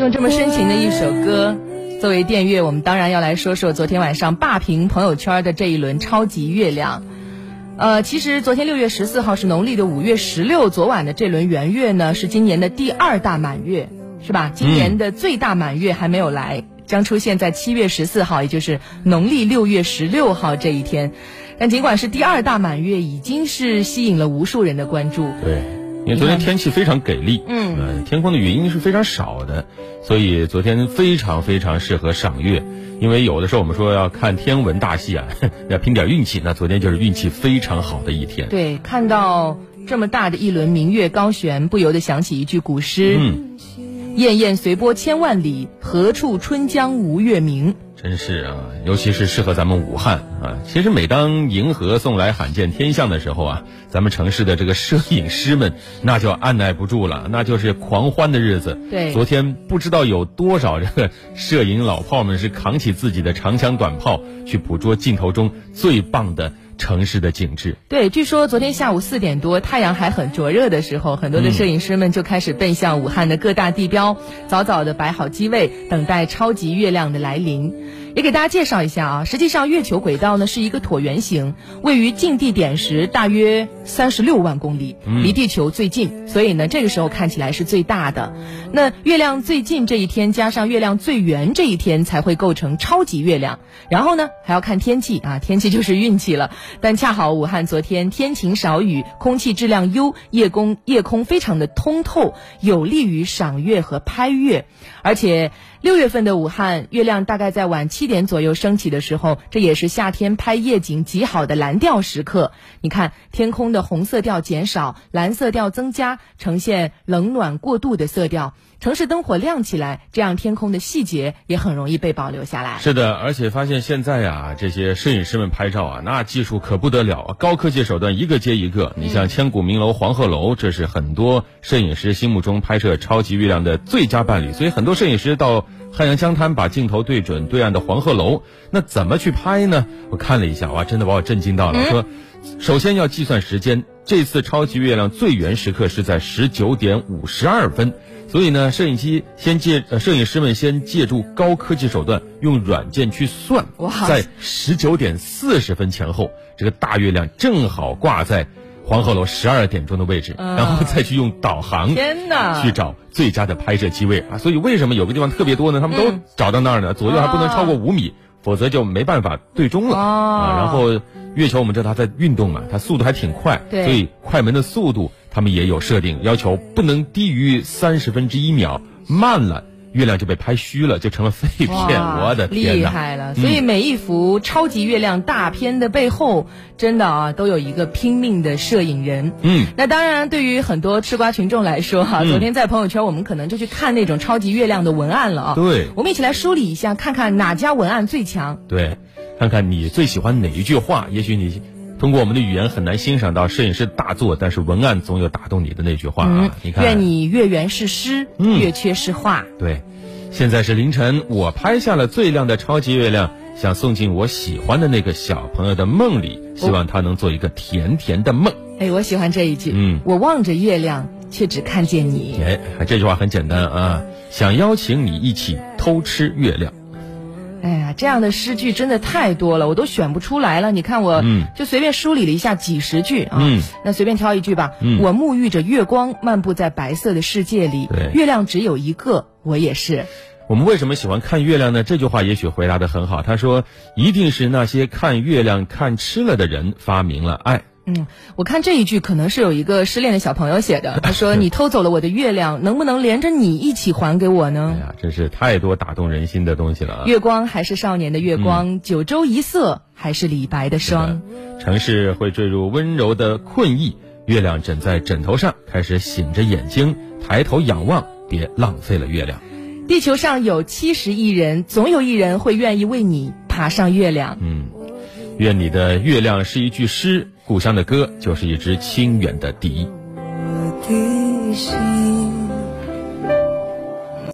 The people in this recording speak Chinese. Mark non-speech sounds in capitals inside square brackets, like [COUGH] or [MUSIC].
用这么深情的一首歌作为电乐，我们当然要来说说昨天晚上霸屏朋友圈的这一轮超级月亮。呃，其实昨天六月十四号是农历的五月十六，昨晚的这轮圆月呢是今年的第二大满月，是吧？今年的最大满月还没有来，将出现在七月十四号，也就是农历六月十六号这一天。但尽管是第二大满月，已经是吸引了无数人的关注。对，因为昨天天气非常给力，嗯呃，天空的云是非常少的，所以昨天非常非常适合赏月。因为有的时候我们说要看天文大戏啊， [LAUGHS] 要拼点运气，那昨天就是运气非常好的一天。对，看到这么大的一轮明月高悬，不由得想起一句古诗：“嗯，燕燕随波千万里，何处春江无月明。真是啊，尤其是适合咱们武汉啊。其实每当银河送来罕见天象的时候啊，咱们城市的这个摄影师们那就按耐不住了，那就是狂欢的日子。对昨天不知道有多少这个摄影老炮们是扛起自己的长枪短炮去捕捉镜头中最棒的城市的景致。”对，据说昨天下午四点多，太阳还很灼热的时候，很多的摄影师们就开始奔向武汉的各大地标，早早的摆好机位，等待超级月亮的来临。也给大家介绍一下啊，实际上月球轨道呢是一个椭圆形，位于近地点时大约三十六万公里，离地球最近，所以呢这个时候看起来是最大的。那月亮最近这一天加上月亮最圆这一天才会构成超级月亮。然后呢还要看天气啊，天气就是运气了。但恰好武汉昨天天晴少雨，空气质量优，夜空夜空非常的通透，有利于赏月和拍月。而且六月份的武汉月亮大概在晚七点左右升起的时候，这也是夏天拍夜景极好的蓝调时刻。你看，天空的红色调减少，蓝色调增加，呈现冷暖过渡的色调。城市灯火亮起来，这样天空的细节也很容易被保留下来。 [LAUGHS] 是的，而且发现现在呀、这些摄影师们拍照啊，那技术可不得了，啊高科技手段一个接一个。你像千古名楼黄鹤楼，这是很多摄影师心目中拍摄超级月亮的最佳伴侣。所以很多摄影师到汉阳江滩，把镜头对准对岸的黄鹤楼，那怎么去拍呢？我看了一下，哇，真的把我震惊到了。说，首先要计算时间，这次超级月亮最圆时刻是在十九点五十二分。所以呢，摄影机先借呃，摄影师们先借助高科技手段，用软件去算哇，在十九点四十分前后，这个大月亮正好挂在黄鹤楼十二点钟的位置，嗯然后再去用导航天哪去找最佳的拍摄机位啊。所以为什么有个地方特别多呢？他们都嗯找到那儿呢，左右还不能超过五米，否则就没办法对钟了、哦啊。然后月球我们知道它在运动嘛，它速度还挺快，对所以快门的速度他们也有设定，要求不能低于三十分之一秒，慢了月亮就被拍虚了，就成了废片。哇，我的天厉哪！嗯害了！所以每一幅超级月亮大片的背后，真的啊，都有一个拼命的摄影人。嗯，那当然，对于很多吃瓜群众来说哈、昨天在朋友圈我们可能就去看那种超级月亮的文案了啊。对我们一起来梳理一下，看看哪家文案最强。对，看看你最喜欢哪一句话？也许你通过我们的语言很难欣赏到摄影师大作，但是文案总有打动你的那句话啊！你嗯看，愿你月圆是诗，嗯月缺是画。对，现在是凌晨，我拍下了最亮的超级月亮，想送进我喜欢的那个小朋友的梦里，希望他能做一个甜甜的梦。哎，我喜欢这一句。嗯我望着月亮，却只看见你。哎，这句话很简单啊，想邀请你一起偷吃月亮。哎呀，这样的诗句真的太多了，我都选不出来了。你看我，嗯就随便梳理了一下几十句啊，嗯那随便挑一句吧。嗯我沐浴着月光，漫步在白色的世界里对，月亮只有一个，我也是。我们为什么喜欢看月亮呢？这句话也许回答得很好。他说，一定是那些看月亮看痴了的人发明了哎爱。嗯，我看这一句可能是有一个失恋的小朋友写 [LAUGHS] 的，他说：“你偷走了我的月亮，能不能连着你一起还给我哎呢？”呀，真是太多打动人心的东西了啊！嗯月光还是少年的月光，九州一色还是李白的的霜。城市会坠入温柔的困意，月亮枕在枕头上，开始醒着眼睛，抬头仰望，别浪费了月亮。地球上有七十亿人，总有一人会愿意为你爬上月亮。嗯，愿你的月亮是一句诗，故乡的歌就是一支清远的笛。我的心。